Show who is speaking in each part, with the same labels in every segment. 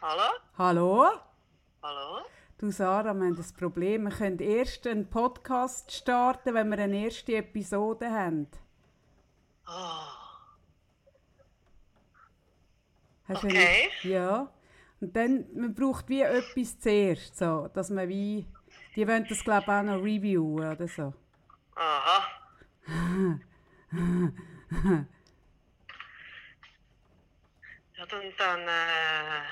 Speaker 1: Hallo?
Speaker 2: Hallo?
Speaker 1: Hallo?
Speaker 2: Du Sarah, wir haben ein Problem. Wir können erst einen Podcast starten, wenn wir eine erste Episode haben.
Speaker 1: Ah,
Speaker 2: Hast du
Speaker 1: Okay.
Speaker 2: eine- ja. Und dann, man braucht wie etwas zuerst, so, dass man wie... Die wollen das, glaube ich, auch noch reviewen oder so.
Speaker 1: aha. ja, dann, dann, äh,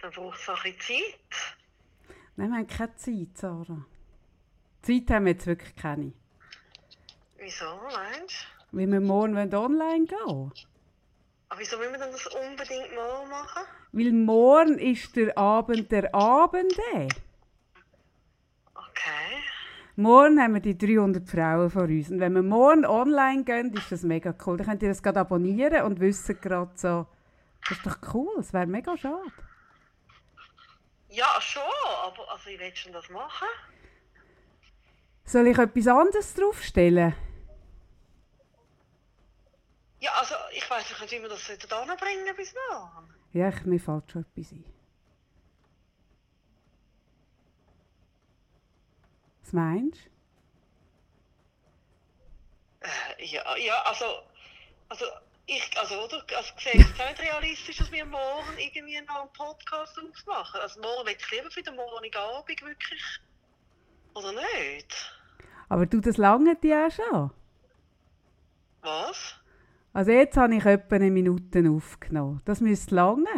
Speaker 1: dann braucht es ein bisschen Zeit.
Speaker 2: Nein, wir haben keine Zeit, Sarah. Zeit haben wir jetzt wirklich keine.
Speaker 1: Wieso, meinst du?
Speaker 2: Weil wir morgen wollen online gehen
Speaker 1: Aber wieso will man denn das unbedingt mal machen?
Speaker 2: Weil morgen ist der Abend der Abende.
Speaker 1: Okay.
Speaker 2: Morgen haben wir die 300 Frauen vor uns. Und wenn wir morgen online gehen, ist das mega cool. Dann könnt ihr das gerade abonnieren und wissen gerade so, das ist doch cool, es wäre mega schade.
Speaker 1: Ja, schon, aber also, wie willst du denn das machen?
Speaker 2: Soll ich etwas anderes draufstellen?
Speaker 1: Ja, also, ich weiss nicht, wie wir das hinbringen bis morgen.
Speaker 2: Ja, ich, mir fällt schon etwas ein. Was meinst du?
Speaker 1: Äh, ja, ja, also, also ich, also, oder, also siehst du es nicht realistisch, dass wir morgen irgendwie noch einen Podcast aufmachen? Also morgen will ich lieber für den morgigen Abend wirklich, oder nicht?
Speaker 2: Aber du, das lange dir auch schon.
Speaker 1: Was?
Speaker 2: Also jetzt habe ich etwa eine Minute aufgenommen. Das müsste lange.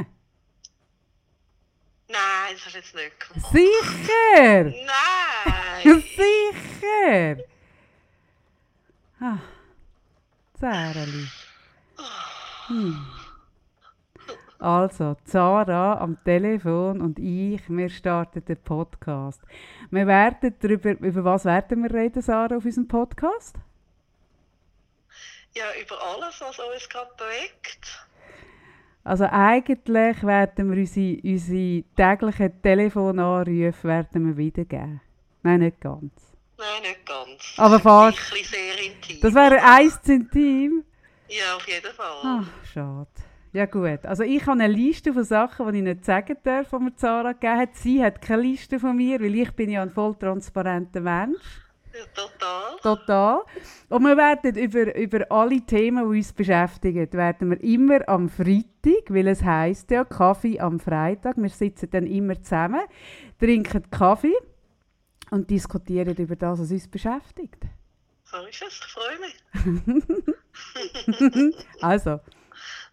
Speaker 1: Nein, das hast du jetzt nicht gemacht.
Speaker 2: Sicher!
Speaker 1: Nein!
Speaker 2: Sicher! Ah, Zareli. Hm. Also, Zara am Telefon und ich, wir starten den Podcast. Wir werden darüber, über was werden wir reden, Sarah, auf unserem Podcast?
Speaker 1: ja, über alles, was uns gerade bewegt.
Speaker 2: Also eigentlich werden wir unsere, unsere täglichen Telefonanrufe werden wir wiedergeben. Nein, nicht ganz.
Speaker 1: Nein, nicht ganz.
Speaker 2: Aber fast.
Speaker 1: Ein bisschen sehr intim.
Speaker 2: Das wäre Ah. eins zu intim.
Speaker 1: ja, auf jeden Fall.
Speaker 2: Ach, schade. Ja gut, also ich habe eine Liste von Sachen, die ich nicht sagen darf, die mir Zara gegeben hat. Sie hat keine Liste von mir, weil ich bin ja ein voll transparenter Mensch.
Speaker 1: Ja, total.
Speaker 2: Total. Und wir werden über, über alle Themen, die uns beschäftigen, werden wir immer am Freitag, weil es heisst ja Kaffee am Freitag. Wir sitzen dann immer zusammen, trinken Kaffee und diskutieren über das, was uns beschäftigt.
Speaker 1: So ist es. Ich freue mich.
Speaker 2: Also,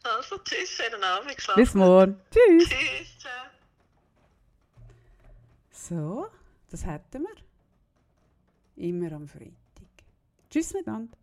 Speaker 1: Also, tschüss, schönen Abend. Schlaf
Speaker 2: bis
Speaker 1: gut.
Speaker 2: morgen. Tschüss.
Speaker 1: Tschüss, ciao.
Speaker 2: So, das hätten wir. Immer am Freitag. Tschüss miteinander.